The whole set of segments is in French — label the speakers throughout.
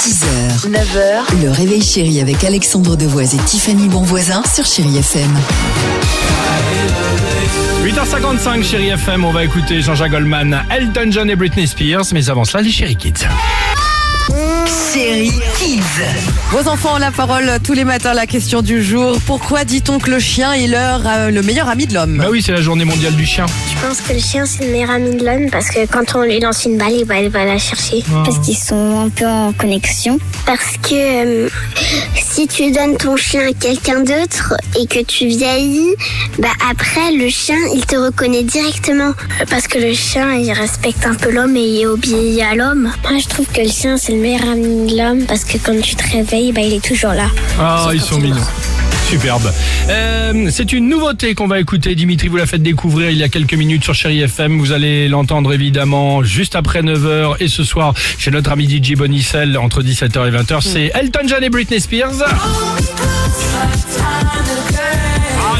Speaker 1: 6h, 9h, le réveil chéri avec Alexandre Devoise et Tiffany Bonvoisin sur Chéri FM.
Speaker 2: 8h55, chérie FM, on va écouter Jean-Jacques Goldman, Elton John et Britney Spears. Mais avant cela, les chéri kids.
Speaker 1: Chéri Kids.
Speaker 3: Vos enfants ont la parole tous les matins, la question du jour. Pourquoi dit-on que le chien est leur, euh, le meilleur ami de l'homme
Speaker 2: Bah oui, c'est la journée mondiale du chien.
Speaker 4: Je pense que le chien c'est le meilleur ami de l'homme parce que quand on lui lance une balle, eh ben, elle va la chercher.
Speaker 5: parce qu'ils sont un peu en connexion.
Speaker 4: Parce que euh, si tu donnes ton chien à quelqu'un d'autre et que tu vieillis, bah après le chien il te reconnaît directement. Parce que le chien il respecte un peu l'homme et il est obéi à l'homme. Moi je trouve que le chien c'est le meilleur ami de l'homme parce que quand tu te réveilles, bah, il est toujours là.
Speaker 2: Ah, ils sont mignons. Superbe. Euh, c'est une nouveauté qu'on va écouter. Dimitri vous l'a fait découvrir il y a quelques minutes sur Chéri FM. Vous allez l'entendre évidemment juste après 9h et ce soir chez notre ami DJ Bonicel entre 17h et 20h. C'est Elton John et Britney Spears. Ah,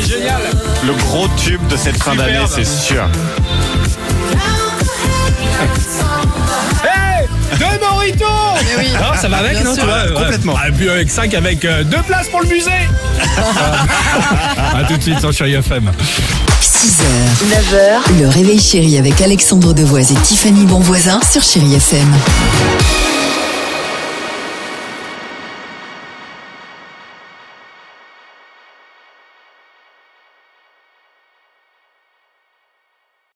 Speaker 2: génial
Speaker 6: Le gros tube de cette fin
Speaker 2: Superbe.
Speaker 6: d'année, c'est sûr.
Speaker 2: Hey Deux moritos
Speaker 3: Mais oui.
Speaker 2: Non, ça va avec,
Speaker 3: Bien
Speaker 2: non
Speaker 3: sûr.
Speaker 2: tu vois, ouais.
Speaker 6: Complètement.
Speaker 2: Ah, et puis avec 5, avec euh, deux places pour le musée A tout de suite sur Chéri FM.
Speaker 1: 6h, 9h, le réveil chéri avec Alexandre Devoise et Tiffany Bonvoisin sur Chéri FM.